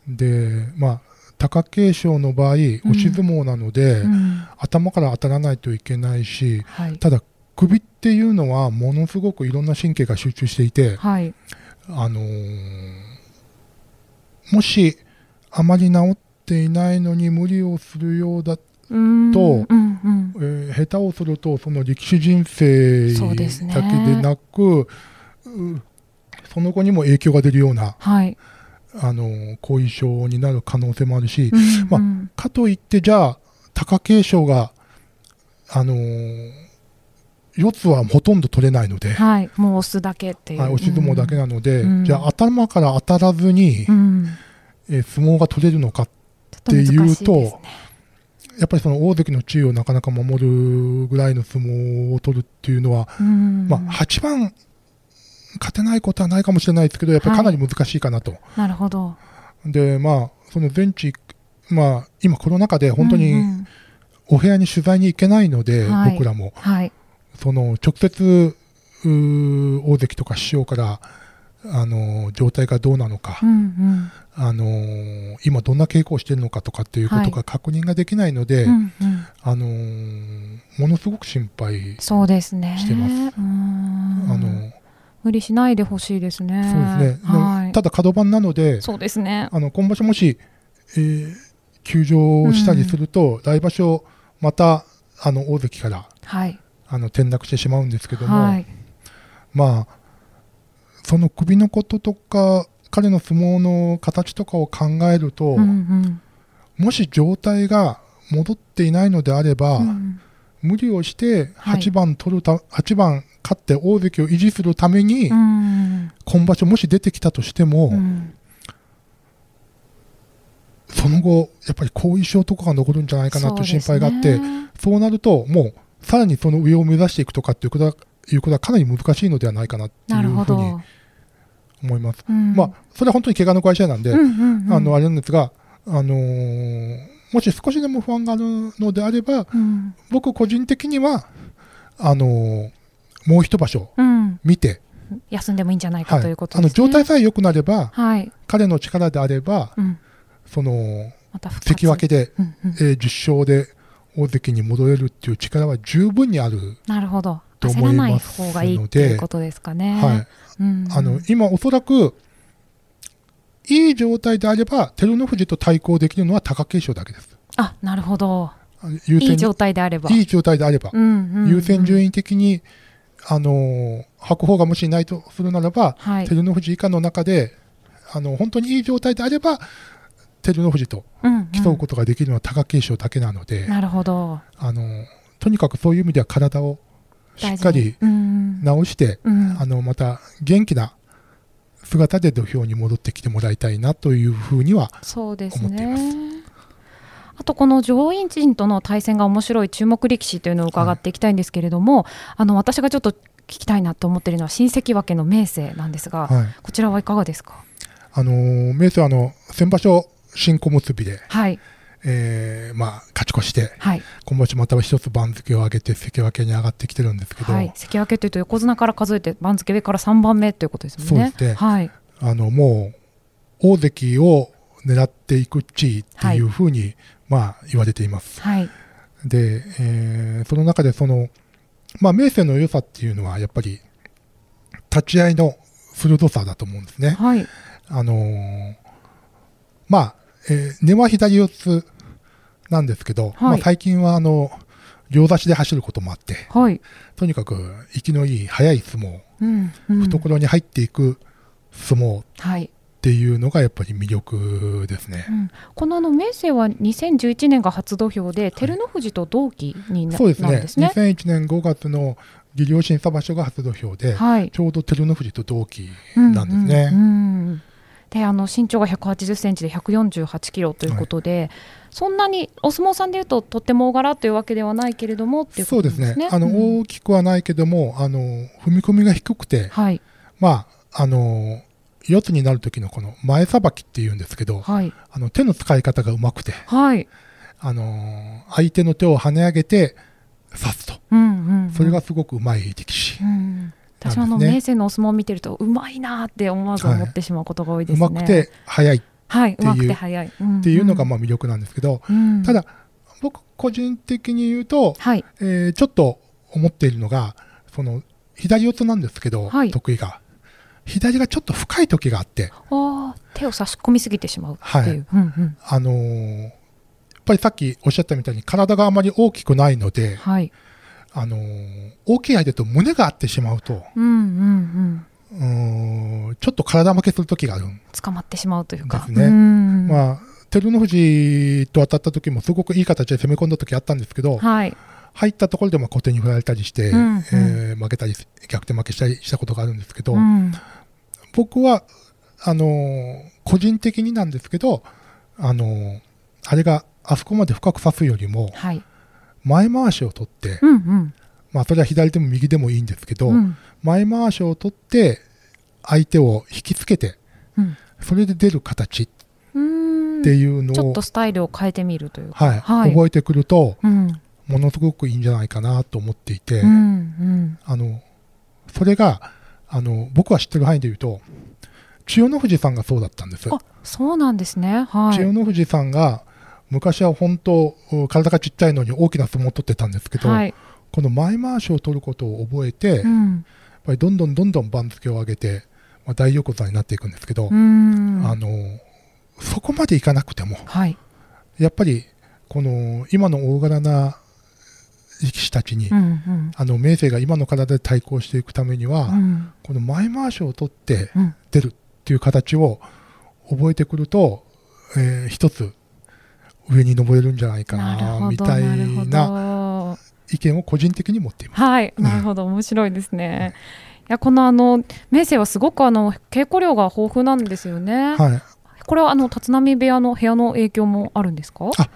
Speaker 3: で、まあ、貴景勝の場合、押し相撲なので、
Speaker 2: うん、
Speaker 3: 頭から当たらないといけないし、
Speaker 2: はい
Speaker 3: ただ、首っていうのはものすごくいろんな神経が集中していて、
Speaker 2: はい
Speaker 3: あのーもしあまり治っていないのに無理をするようだ、
Speaker 2: うん
Speaker 3: と
Speaker 2: うんうん
Speaker 3: えー下手をするとその力士人生
Speaker 2: そう
Speaker 3: だけ
Speaker 2: ですね
Speaker 3: でなくうその後にも影響が出るような、
Speaker 2: はい、
Speaker 3: あのー後遺症になる可能性もあるし、
Speaker 2: うんうん
Speaker 3: まかといってじゃあ貴景勝が、あのー四つはほとんど取れないので、
Speaker 2: はい、もう押すだけっていう、
Speaker 3: はい、押し相撲だけなので、
Speaker 2: うん
Speaker 3: じゃあ頭から当たらずに、
Speaker 2: うん、
Speaker 3: えー相撲が取れるのか
Speaker 2: ちょっと難しいです
Speaker 3: っていう
Speaker 2: ね
Speaker 3: と。やっぱりその大関の地位をなかなか守るぐらいの相撲を取るっていうのは、
Speaker 2: うん
Speaker 3: まあ、8番勝てないことはないかもしれないですけど、やっぱりかなり難しいかなと。
Speaker 2: なるほど。
Speaker 3: で、まあ、その全治、まあ、今コロナ禍で本当
Speaker 2: うんう
Speaker 3: に
Speaker 2: ん
Speaker 3: お部屋に取材に行けないので、
Speaker 2: はい
Speaker 3: 僕らも、
Speaker 2: はい、
Speaker 3: その直接、うー大関とか師匠から、あの状態がどうなのか
Speaker 2: う、んうん、
Speaker 3: あの今どんな傾向をしているのかとかっていうことが確認ができないので、
Speaker 2: うんうん、
Speaker 3: あのーものすごく心配、
Speaker 2: そうですね。
Speaker 3: してます
Speaker 2: うーん
Speaker 3: あのー
Speaker 2: 無理しないでほしいですね。
Speaker 3: そうですね、で
Speaker 2: はい。
Speaker 3: ただ角番なので、
Speaker 2: そうですね。
Speaker 3: あの今場所もし、えー休場したりすると、来場所、またあの大関から
Speaker 2: はい。
Speaker 3: あの転落してしまうんですけども、
Speaker 2: はい。
Speaker 3: まあ、その首のこととか、彼の相撲の形とかを考えると、
Speaker 2: うんうん
Speaker 3: もし状態が戻っていないのであれば、
Speaker 2: うん
Speaker 3: 無理をして
Speaker 2: はい
Speaker 3: 8番取るた、8番勝って大関を維持するために、
Speaker 2: うん
Speaker 3: 今場所もし出てきたとしても、
Speaker 2: うん
Speaker 3: その後やっぱり後遺症とかが残るんじゃないかな
Speaker 2: そう
Speaker 3: と
Speaker 2: ですね
Speaker 3: 心配があってそう,、なるともうさらにその上を目指していくとかっていうこということはかなり難しいのではないかなってい
Speaker 2: なる
Speaker 3: う
Speaker 2: ほ
Speaker 3: ふうに
Speaker 2: ど。
Speaker 3: 思います。
Speaker 2: うん
Speaker 3: まあ、それは本当に怪我の会社なんで、
Speaker 2: うんうんうん
Speaker 3: あのあれなんですが、あのーもし少しでも不安があるのであれば、
Speaker 2: うん
Speaker 3: 僕個人的には、あのーもう一場所
Speaker 2: うん、
Speaker 3: 見て、
Speaker 2: 休んでもいいんじゃないかということ
Speaker 3: あ
Speaker 2: で
Speaker 3: の
Speaker 2: すね。
Speaker 3: 状態さえ良くなれば、
Speaker 2: はい、
Speaker 3: 彼の力であれば、
Speaker 2: うん、
Speaker 3: その
Speaker 2: また復活
Speaker 3: 関脇で、
Speaker 2: うんうん、
Speaker 3: えー10勝で大関に戻れるっていう力は十分にある、
Speaker 2: なるほど。
Speaker 3: と
Speaker 2: 焦
Speaker 3: 思
Speaker 2: ら
Speaker 3: い
Speaker 2: ない
Speaker 3: ます
Speaker 2: 方がいいっていうことですかね。
Speaker 3: はい
Speaker 2: うん、
Speaker 3: あの今、おそらくいい状態であれば照ノ富士と対抗できるのは貴景勝だけです。
Speaker 2: あなるほど。
Speaker 3: あの優
Speaker 2: い
Speaker 3: 先
Speaker 2: い状態であれば。
Speaker 3: いい状態であれば、
Speaker 2: うんうんうん
Speaker 3: 優先順位的に、あのー白鵬がもしいないとするならば、
Speaker 2: はい
Speaker 3: 照ノ富士以下の中であの本当にいい状態であれば照ノ富士と
Speaker 2: うんうん
Speaker 3: 競うことができるのは貴景勝だけなので、
Speaker 2: なるほど。
Speaker 3: あのーとにかくそういう意味では体をしっかり
Speaker 2: 大事にうん
Speaker 3: 直して、
Speaker 2: うん
Speaker 3: あのまた元気な姿で土俵に戻ってきてもらいたいなというふうには、
Speaker 2: そうです
Speaker 3: 思っていま
Speaker 2: ね。あとこの上院陣との対戦が面白い注目力士というのを伺っていきたいんですけれども、あの私がちょっと聞きたいなと思っているのは新関脇の明生なんですが、
Speaker 3: はい
Speaker 2: こちらはいかがですか。
Speaker 3: あのー明生はあの先場所新小結びで、
Speaker 2: はい
Speaker 3: えーまあ、勝ち越して
Speaker 2: はい
Speaker 3: 今場所また一つ番付を上げて関脇に上がってきてるんですけど、
Speaker 2: はい。関脇というと横綱から数えて番付上から三番目ということですもんね。
Speaker 3: そうですね
Speaker 2: はい
Speaker 3: あのもう大関を狙っていく地位っていうふうに、まあ、言われています。
Speaker 2: はい
Speaker 3: で、えーその中でその、まあ、明生の良さっていうのはやっぱり立ち合いの鋭さだと思うんですね。
Speaker 2: はい
Speaker 3: あのーまあ、えー根は左四つなんですけ
Speaker 2: は
Speaker 3: ど、
Speaker 2: い
Speaker 3: まあ、最近はあの両差しで走ることもあって
Speaker 2: はい。
Speaker 3: とにかく生きのいい速い相撲
Speaker 2: うんうん
Speaker 3: 懐に入っていく相撲っ
Speaker 2: はい。
Speaker 3: ていうのがやっぱり魅力ですね
Speaker 2: う。んこのあの明生は2011年が初土俵で照ノ富士と同期にな,、
Speaker 3: そうです
Speaker 2: なん
Speaker 3: ね
Speaker 2: ですね。
Speaker 3: 2001年5月の技量審査場所が初土俵で、
Speaker 2: はい。
Speaker 3: ちょうど照ノ富士と同期なんですね。
Speaker 2: うんうんうんであの身長が180センチで148キロということで、そんなにお相撲さんでいうととっても大柄というわけではないけれどもっていう
Speaker 3: そ
Speaker 2: こ
Speaker 3: う
Speaker 2: と
Speaker 3: で
Speaker 2: なんで
Speaker 3: す
Speaker 2: すね
Speaker 3: ね。。あの、
Speaker 2: うん
Speaker 3: 大きくはないけども、あの、踏み込みが低くて、
Speaker 2: はい
Speaker 3: まあ、あの、四つになる時のこの前さばきっていうんですけど、
Speaker 2: はい
Speaker 3: あの、手の使い方がうまくて、
Speaker 2: はい。
Speaker 3: あの、相手の手を跳ね上げて、刺すと。
Speaker 2: うんうんうん。
Speaker 3: それがすごくうまい力士
Speaker 2: う。ん。私はあの、
Speaker 3: なんですね
Speaker 2: 明生のお相撲を見てるとうまいなーって思わず思ってしまうことが多いで
Speaker 3: う
Speaker 2: すね。
Speaker 3: まくて速いっ
Speaker 2: はい、
Speaker 3: て
Speaker 2: う
Speaker 3: い
Speaker 2: ま
Speaker 3: う
Speaker 2: くて早い。って
Speaker 3: いうのがまあ魅力なんですけど、ただ、僕個人的に言うと、
Speaker 2: はい、
Speaker 3: えーちょっと思っているのが、その左四つなんですけど、
Speaker 2: はい
Speaker 3: 得意が。左がちょっと深い時があって、
Speaker 2: あー手を差し込みすぎてしまうっていう。うんうん
Speaker 3: あのーやっぱりさっきおっしゃったみたいに体があまり大きくないので、
Speaker 2: はい。
Speaker 3: あのー大きい相手と胸が合ってしまうと、
Speaker 2: うんうんうん。
Speaker 3: うーんちょっと体負けする時がある。
Speaker 2: 捕まってしまうというか。
Speaker 3: ですね
Speaker 2: うん
Speaker 3: まあ、照ノ富士と当たった時もすごくいい形で攻め込んだ時あったんですけど、
Speaker 2: はい。
Speaker 3: 入ったところでまあ小手に振られたりして、
Speaker 2: うんうん
Speaker 3: えー負けたり、逆転負けしたりしたことがあるんですけど、
Speaker 2: うん
Speaker 3: 僕はあのー個人的になんですけど、あのーあれがあそこまで深く刺すよりも
Speaker 2: はい。
Speaker 3: 前回しを取って、
Speaker 2: うんうん。
Speaker 3: まあ、それは左でも右でもいいんですけど、
Speaker 2: うん
Speaker 3: 前回しを取って相手を引きつけて
Speaker 2: うん
Speaker 3: それで出る形っ
Speaker 2: うん
Speaker 3: ていうの
Speaker 2: ちょ
Speaker 3: を、
Speaker 2: っとスタイルを変えてみるというか。
Speaker 3: はい
Speaker 2: はい
Speaker 3: 覚えてくると
Speaker 2: うん
Speaker 3: ものすごくいいんじゃないかなと思っていて、
Speaker 2: うんうん。
Speaker 3: あのそれがあの僕は知ってる範囲で言うと千代の富士さんがそうだったんです。
Speaker 2: あ、そうなんですね。は
Speaker 3: 千代
Speaker 2: い。
Speaker 3: の富士さんが昔は本当うん体がちっちゃいのに大きな相撲を取ってたんですけど、
Speaker 2: はい。
Speaker 3: この前回しを取ることを覚えて、
Speaker 2: う
Speaker 3: やっ
Speaker 2: ん
Speaker 3: ぱりどんどんどんどん番付を上げて、まあ、大横綱になっていくんですけど、
Speaker 2: うん。
Speaker 3: あのそこまでいかなくても
Speaker 2: はい。
Speaker 3: やっぱりこの今の大柄な力士たちに、
Speaker 2: うんうん。
Speaker 3: あの明生が今の体で対抗していくためには、
Speaker 2: うん
Speaker 3: この前回しを取って
Speaker 2: うん
Speaker 3: 出るっていう形を覚えてくると、えー一つ上に登れるんじゃないか
Speaker 2: なる
Speaker 3: な
Speaker 2: ほ
Speaker 3: み
Speaker 2: ど
Speaker 3: たい
Speaker 2: なるほ
Speaker 3: な
Speaker 2: ど。
Speaker 3: 意見を個人的に持っています。
Speaker 2: はい、なるほど、面白いですね。いや、このあの、明生はすごくあの、稽古量が豊富なんですよね。
Speaker 3: はい、
Speaker 2: これはあの、立浪部屋の部屋の影響もあるんですか。
Speaker 3: あ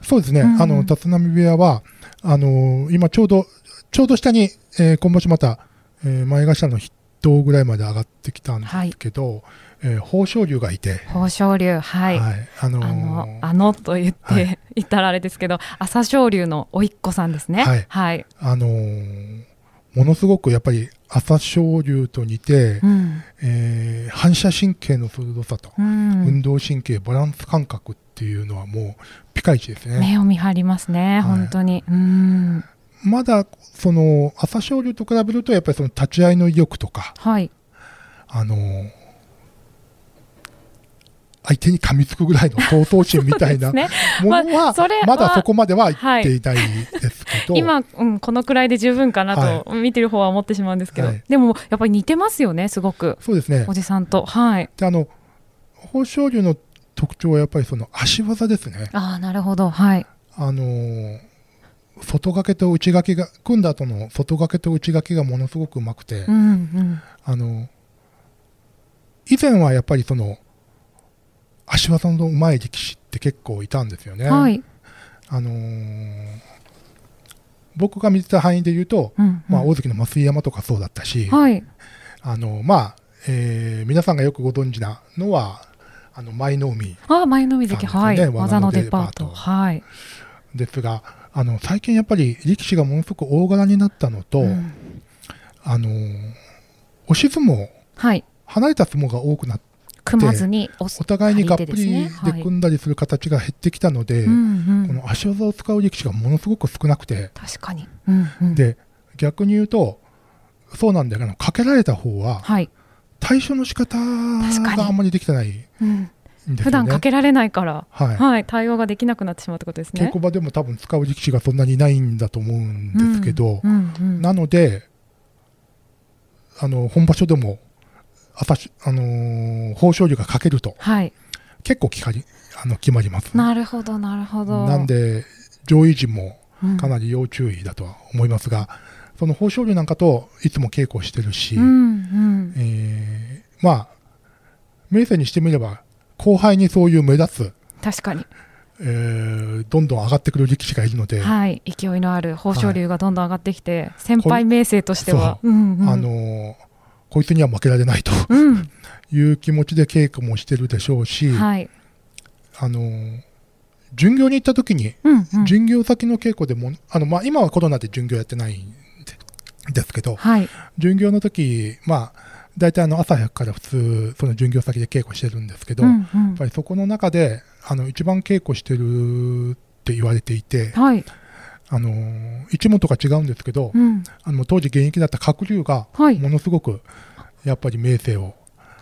Speaker 3: そうですね、
Speaker 2: うん
Speaker 3: あの立浪部屋はあのー今ちょうどちょうど下に、えー今場所またえー前頭の筆頭ぐらいまで上がってきたんですけど、えー豊昇龍がいて、
Speaker 2: 豊昇龍、はい。
Speaker 3: あのー
Speaker 2: あの、あのと言って、
Speaker 3: は
Speaker 2: 言ったらあれですけど、朝青龍のおいっ子さんですね。
Speaker 3: はい
Speaker 2: はい。
Speaker 3: あのーものすごくやっぱり朝青龍と似て、
Speaker 2: うん。
Speaker 3: えー反射神経の鋭さと、
Speaker 2: うん
Speaker 3: 運動神経、バランス感覚っていうのはもうピカイチですね。
Speaker 2: 目を見張りますね、
Speaker 3: い
Speaker 2: 本当に。うん。
Speaker 3: まだその朝青龍と比べるとやっぱりその立ち合いの威力とか、
Speaker 2: はい。
Speaker 3: あのー相手に噛みつくぐらいの闘争心みたいなも
Speaker 2: ね。
Speaker 3: の
Speaker 2: まあ
Speaker 3: は
Speaker 2: それは
Speaker 3: まだそこまではいっていないですけど、
Speaker 2: 今、うん、このくらいで十分かなと、見てる方は思ってしまうんですけど、
Speaker 3: はい
Speaker 2: でもやっぱり似てますよねすごく
Speaker 3: そうですね
Speaker 2: おじさんとはい
Speaker 3: であの豊昇龍の特徴はやっぱりその足技ですね、
Speaker 2: ああなるほどはい
Speaker 3: あのー外掛けと内掛けが組んだ後の外掛けと内掛けがものすごくうまくて、
Speaker 2: うんうん
Speaker 3: あの以前はやっぱりその足技のうまい力士って結構いたんですよね。
Speaker 2: はい、
Speaker 3: あのー僕が見てた範囲で言うと、
Speaker 2: うんうん
Speaker 3: まあ、大関の増井山とかそうだったし、
Speaker 2: はい
Speaker 3: あのまあえー皆さんがよくご存知なのはあの舞の海
Speaker 2: ああ前のみ関はい、
Speaker 3: そうですね
Speaker 2: 技のデパート
Speaker 3: 技のデパート
Speaker 2: はい、
Speaker 3: ですがあの最近やっぱり力士がものすごく大柄になったのと、
Speaker 2: うん
Speaker 3: あのー押し相撲
Speaker 2: はい
Speaker 3: 離れた相撲が多くなって
Speaker 2: 組まずにお
Speaker 3: お互いにがっぷりで
Speaker 2: はい
Speaker 3: 組んだりする形が減ってきたので、
Speaker 2: うんう
Speaker 3: こ
Speaker 2: ん、
Speaker 3: の足技を使う力士がものすごく少なくて、
Speaker 2: 確かに、うんうん、
Speaker 3: で逆に言うと、そうなんだけど、かけられた方は、
Speaker 2: はい、
Speaker 3: 対処の仕方
Speaker 2: 確かに
Speaker 3: があんまりできてないんです
Speaker 2: うん、
Speaker 3: よね。
Speaker 2: 普段かけられないから、
Speaker 3: はい
Speaker 2: はい、対応ができなくなってしまうってことです
Speaker 3: 稽
Speaker 2: ね
Speaker 3: 古。場でも多分使う力士がそんなにいないんだと思うんですけど、
Speaker 2: うんうんうん
Speaker 3: なので、あの本場所でも、朝しあのー豊昇龍がかけると、
Speaker 2: はい、
Speaker 3: 結構決まりあの決まります。
Speaker 2: なるほど、なるほど。
Speaker 3: なんで、上位陣も
Speaker 2: うん、
Speaker 3: かなり要注意だとは思いますが、その豊昇龍なんかといつも稽古をしてるし、
Speaker 2: うんうん、
Speaker 3: えーまあ、明生にしてみれば、後輩にそういう目立
Speaker 2: 確
Speaker 3: つ、
Speaker 2: かに、
Speaker 3: えーどんどん上がってくる力士がいるので、
Speaker 2: はい、勢いのある豊昇龍がどんどん上がってきて、先輩明生としては、
Speaker 3: こ
Speaker 2: うんうん
Speaker 3: あのーこいつには負けられないと
Speaker 2: うん、
Speaker 3: いう気持ちで稽古もしてるでしょうし、
Speaker 2: はい、
Speaker 3: あのー巡業に行った時に、
Speaker 2: うんうん、
Speaker 3: 巡業先の稽古でも、あのまあ、今はコロナで巡業やってないんでですけど、
Speaker 2: はい、
Speaker 3: 巡業の時まあ大体あの朝早くから普通その巡業先で稽古してるんですけど、
Speaker 2: うんう
Speaker 3: や
Speaker 2: ん
Speaker 3: っぱりそこの中であの一番稽古してるって言われていて、
Speaker 2: はい、
Speaker 3: あのー一門とか違うんですけど、
Speaker 2: うん、
Speaker 3: あの当時現役だった鶴竜が
Speaker 2: はい
Speaker 3: ものすごくやっぱり明生を、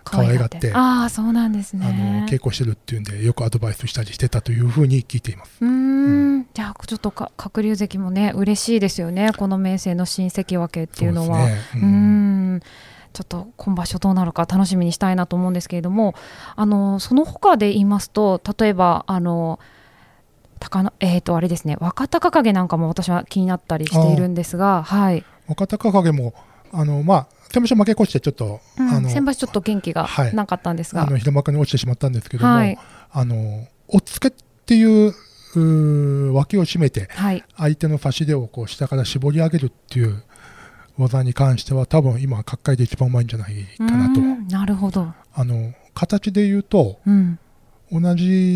Speaker 3: 可愛がって
Speaker 2: ああ、そうなんですね。
Speaker 3: あの稽古してるっていうんでよくアドバイスしたりしてたというふうに聞いています。
Speaker 2: うーんじゃあちょっとか鶴竜関もね嬉しいですよねこの明生の新関脇っていうのは。う
Speaker 3: そうですね
Speaker 2: ー
Speaker 3: うん
Speaker 2: んちょっと今場所どうなるか楽しみにしたいなと思うんですけれどもあのその他で言いますと例えばあの高のえー、とあれですね若隆景なんかも私は気になったりしているんですが、はい
Speaker 3: 若隆景もあのまあ先場所負け越してちょっと、
Speaker 2: うん
Speaker 3: あの
Speaker 2: 先場所ちょっと元気が
Speaker 3: はい
Speaker 2: なかったんですが、
Speaker 3: あの平幕に落ちてしまったんですけども、
Speaker 2: はい
Speaker 3: あの押っつけっていううー脇を締めて
Speaker 2: はい、
Speaker 3: 相手の差し手をこう下から絞り上げるっていう技に関しては多分今各界で一番うまいんじゃないかなと
Speaker 2: うーんなるほど、
Speaker 3: あの形で言うと
Speaker 2: うん
Speaker 3: 同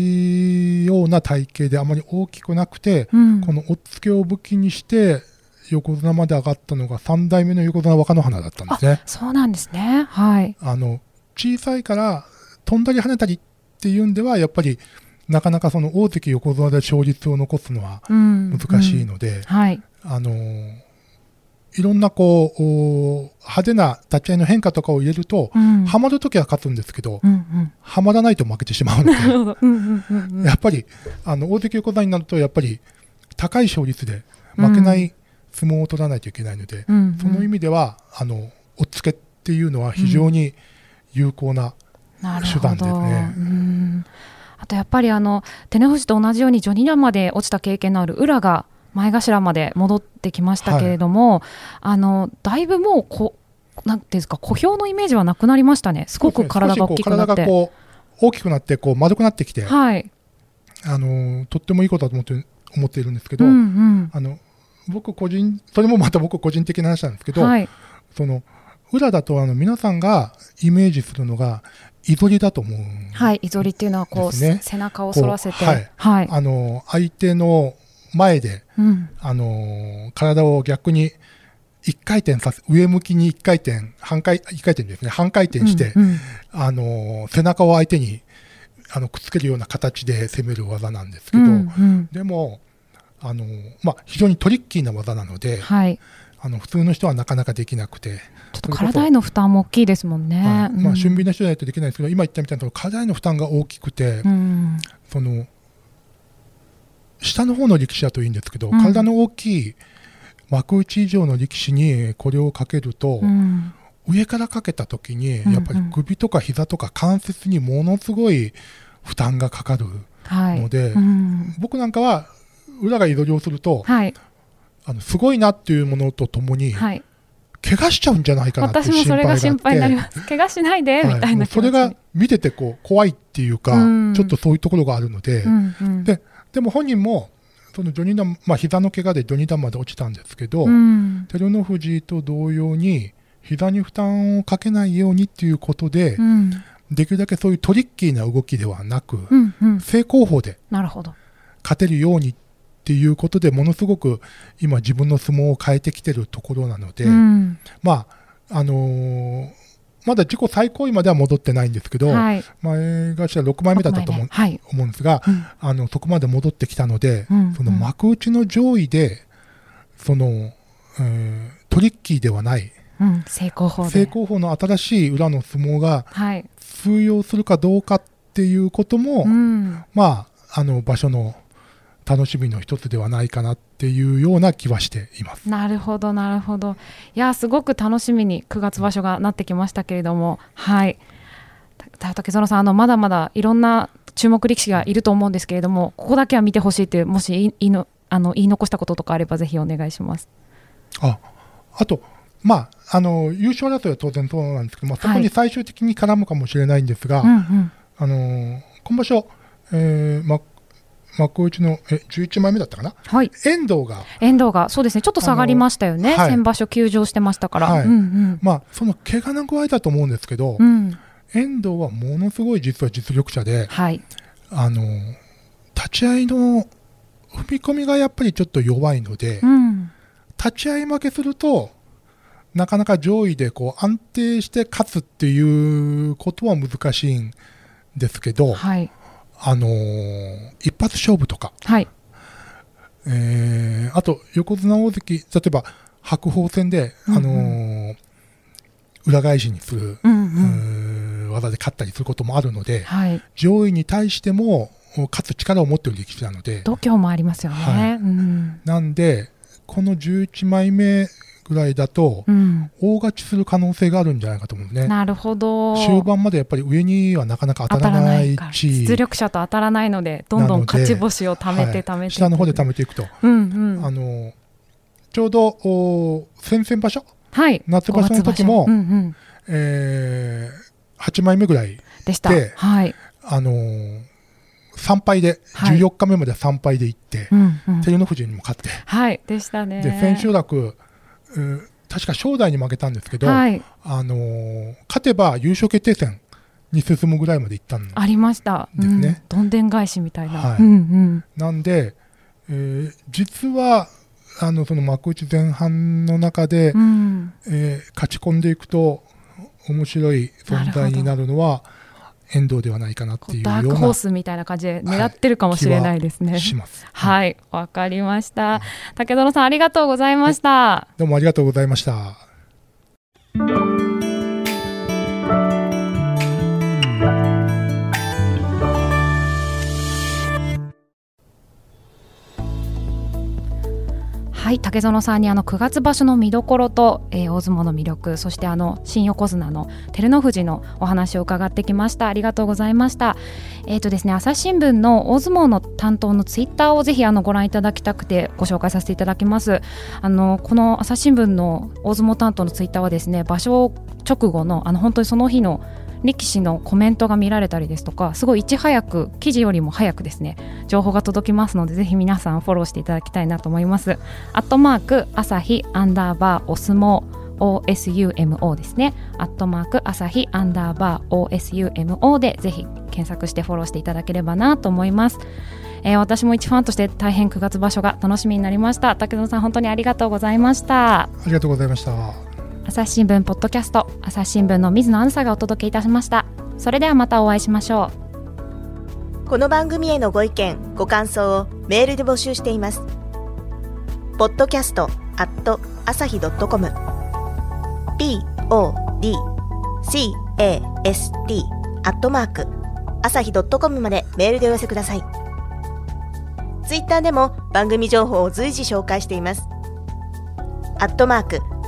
Speaker 3: じような体型であまり大きくなくて、
Speaker 2: うん、
Speaker 3: この押っつけを武器にして横綱まで上がったのが3代目の横綱若乃花だったんですね。
Speaker 2: そうなんですねはい
Speaker 3: あの小さいから飛んだり跳ねたりっていうんではやっぱりなかなかその大関横綱で勝率を残すのは
Speaker 2: 難
Speaker 3: 難しいので、
Speaker 2: はい
Speaker 3: あのーいろんなこうおー派手な立ち合いの変化とかを入れると、
Speaker 2: うん
Speaker 3: ハマるときは勝つんですけど、
Speaker 2: うんうん
Speaker 3: ハマらないと負けてしまうので、
Speaker 2: なるほど。うんうんうんうん
Speaker 3: やっぱりあの大関横綱になるとやっぱり高い勝率で負けない相撲を取らないといけないので、
Speaker 2: うんうん
Speaker 3: その意味ではあのおっつけっていうのは非常に有効な、
Speaker 2: なる
Speaker 3: 手
Speaker 2: ほ
Speaker 3: 段
Speaker 2: ど。
Speaker 3: ですね
Speaker 2: うんあとやっぱりあの手根星と同じようにジョニーランまで落ちた経験のある裏が前頭まで戻ってきましたけれども、あのだいぶもうこなんていうんですか小兵のイメージはなくなりましたね。すごく体が大きくなっ、
Speaker 3: 少してこう体がこう大きくなってこう丸くなってきて、
Speaker 2: はい。
Speaker 3: あのとってもいいことだと思って思っているんですけ
Speaker 2: う
Speaker 3: ど、
Speaker 2: んうん。
Speaker 3: あの僕個人それもまた僕個人的な話なんですけど、
Speaker 2: はい。
Speaker 3: その裏だとあの皆さんがイメージするのがいぞりだと思うんです
Speaker 2: はい、いぞりっていうのはこう、
Speaker 3: ですね
Speaker 2: 背中を反らせて、
Speaker 3: こうはい
Speaker 2: はい、
Speaker 3: あの相手の前で
Speaker 2: うん、
Speaker 3: あの体を逆に一回転させ上向きに一回転半回一回転ですね半回転して、
Speaker 2: うんうん
Speaker 3: あの背中を相手にあのくっつけるような形で攻める技なんですけど、
Speaker 2: うんうん
Speaker 3: でもあの、まあ、非常にトリッキーな技なので、
Speaker 2: はい、
Speaker 3: あの普通の人はなかなかできなくて、
Speaker 2: ちょっと体への負担も大きいですもんね。
Speaker 3: はいまあ、俊
Speaker 2: 備、
Speaker 3: 敏な人じゃないとできないですけど今言ったみたいなその体への負担が大きくて、
Speaker 2: うん、
Speaker 3: その下の方の力士だといいんですけど、
Speaker 2: うん
Speaker 3: 体の大きい幕内以上の力士にこれをかけると、
Speaker 2: うん、
Speaker 3: 上からかけた時に
Speaker 2: うん
Speaker 3: やっぱり首とか膝とか関節にものすごい負担がかかる
Speaker 2: はい、
Speaker 3: ので、
Speaker 2: うん、
Speaker 3: 僕なんかは裏が移動をすると、
Speaker 2: はい、
Speaker 3: あのすごいなっていうものとともに、
Speaker 2: はい、
Speaker 3: 怪我しちゃうんじゃないかなって
Speaker 2: 私
Speaker 3: いう
Speaker 2: もそ
Speaker 3: 心配
Speaker 2: れ
Speaker 3: が
Speaker 2: が
Speaker 3: あって
Speaker 2: 心配になります。怪我しないで、みた
Speaker 3: はい
Speaker 2: い
Speaker 3: もう
Speaker 2: な
Speaker 3: そ
Speaker 2: 気持ち
Speaker 3: れ
Speaker 2: に。
Speaker 3: が見ててこう怖いっていうか、
Speaker 2: うん
Speaker 3: ちょっとそういうところがあるので、
Speaker 2: うんうん、
Speaker 3: ででも本人もそのジョニーダンまあ膝の怪我でジョニーダンまで落ちたんですけど、
Speaker 2: うん、
Speaker 3: 照ノ富士と同様に膝に負担をかけないようにっていうことで、
Speaker 2: うん、
Speaker 3: できるだけそういうトリッキーな動きではなく、
Speaker 2: うん、うん、
Speaker 3: 正攻法で
Speaker 2: なるほど。
Speaker 3: 勝てるようにっていうことでものすごく今自分の相撲を変えてきてるところなので、
Speaker 2: うん、
Speaker 3: まああのーまだ自己最高位までは戻ってないんですけど、
Speaker 2: はい、
Speaker 3: 前頭6枚目だったと思う
Speaker 2: はい、
Speaker 3: 思うんですが、
Speaker 2: うん
Speaker 3: あのそこまで戻ってきたので、
Speaker 2: うん
Speaker 3: その幕内の上位でその、えートリッキーではない
Speaker 2: うん、成功法で。
Speaker 3: 正攻法の新しい裏の相撲が
Speaker 2: はい、
Speaker 3: 通用するかどうかっていうことも、
Speaker 2: うん、
Speaker 3: まあ、あの場所の楽しみの一つではないかなっていうような気はしています。
Speaker 2: なるほどなるほどいやーすごく楽しみに9月場所がなってきましたけれどもはいた竹園さんあのまだまだいろんな注目力士がいると思うんですけれどもここだけは見てほしいっていうもし言い言いのあの言い残したこととかあればぜひお願いします。
Speaker 3: ああと、まあ、あの優勝争いは当然そうなんですけど、まあ、そこ
Speaker 2: は
Speaker 3: に
Speaker 2: い
Speaker 3: 最終的に絡むかもしれないんですが、
Speaker 2: うんうん、
Speaker 3: あのー今場所、えーま、幕内のえ11枚目だったかな、
Speaker 2: はい
Speaker 3: 遠藤が、
Speaker 2: 遠藤がそうですねちょっと下がりましたよね、
Speaker 3: あのはい
Speaker 2: 先場所休場してましたから。
Speaker 3: はい
Speaker 2: うんうん
Speaker 3: まあ、その怪我の具合だと思うんですけど、
Speaker 2: うん、
Speaker 3: 遠藤はものすごい実は実力者で、
Speaker 2: はい、
Speaker 3: あのー立ち合いの踏み込みがやっぱりちょっと弱いので、
Speaker 2: うん、
Speaker 3: 立ち合い負けすると、なかなか上位でこう安定して勝つっていうことは難しいんですけど、
Speaker 2: はい、
Speaker 3: あのー一発勝負とか、
Speaker 2: はい、
Speaker 3: えーあと横綱大関、例えば白鵬戦で、あのー裏返しにする、
Speaker 2: うんう、
Speaker 3: うんーん技で勝ったりすることもあるので、
Speaker 2: はい、
Speaker 3: 上位に対しても勝つ力を持っている力士なので、
Speaker 2: 度胸もありますよね。
Speaker 3: はい
Speaker 2: うん、
Speaker 3: なんで、この11枚目ぐらいだと、
Speaker 2: うん、
Speaker 3: 大勝ちする可能性があるんじゃないかと思うんですね。
Speaker 2: なるほど。
Speaker 3: 終盤までやっぱり上にはなかなか当たらない
Speaker 2: から
Speaker 3: し、
Speaker 2: 実力者と当たらないのでどんどん
Speaker 3: なので
Speaker 2: 勝ち星を貯めて貯
Speaker 3: は
Speaker 2: め
Speaker 3: い
Speaker 2: て
Speaker 3: 下の方で貯めていくと、
Speaker 2: うんうん
Speaker 3: あのーちょうどおー先々場所
Speaker 2: はい
Speaker 3: 夏場所の時も
Speaker 2: 五月場所うんうん
Speaker 3: えー8枚目ぐらい、
Speaker 2: でした
Speaker 3: で
Speaker 2: はい
Speaker 3: あのー3敗で、
Speaker 2: はい
Speaker 3: 14日目まで3敗で行って
Speaker 2: う、んうん
Speaker 3: 照ノ富士にも勝って、
Speaker 2: はいでしたね
Speaker 3: で千秋楽、うー確か正代に負けたんですけど、
Speaker 2: はい
Speaker 3: あのー勝てば優勝決定戦に進むぐらいまで行ったん
Speaker 2: ありました
Speaker 3: ですね
Speaker 2: うんどんでん返しみたいな
Speaker 3: はい
Speaker 2: うんうん
Speaker 3: なんで、えー実はあのその幕内前半の中で、
Speaker 2: うん
Speaker 3: えー勝ち込んでいくと面白い存在になるのは遠藤ではないかなっ
Speaker 2: こ
Speaker 3: ていううよ
Speaker 2: ダー
Speaker 3: う
Speaker 2: クホー
Speaker 3: な
Speaker 2: スみたいな感じで狙ってるかもしれないですね
Speaker 3: します。
Speaker 2: はいわかりました竹園さんありがとうございました
Speaker 3: どうもありがとうございました。
Speaker 2: はい竹園さんにあの9月場所の見どころと、えー大相撲の魅力そしてあの新横綱の照ノ富士のお話を伺ってきましたありがとうございましたえっ、とですね朝日新聞の大相撲の担当のツイッターをぜひあのご覧いただきたくてご紹介させていただきますあのこの朝日新聞の大相撲担当のツイッターはですね場所直後のあの本当にその日の力士のコメントが見られたりですとかすごいいち早く記事よりも早くですね情報が届きますのでぜひ皆さんフォローしていただきたいなと思いますアットマーク朝日アンダーバーお相撲 osumo ですね、アットマーク朝日アンダーバー osumo でぜひ検索してフォローしていただければなと思います。えー私も一ファンとして大変9月場所が楽しみになりました。竹園さん本当にありがとうございました。
Speaker 3: ありがとうございました。
Speaker 2: 朝日新聞ポッドキャスト朝日新聞の水野あずさがお届けいたしました。それではまたお会いしましょう。
Speaker 5: この番組へのご意見、ご感想をメールで募集しています。podcast at 朝日 .com p o d c a s t アットマーク朝日 .com までメールでお寄せください。ツイッターでも番組情報を随時紹介しています。アットマーク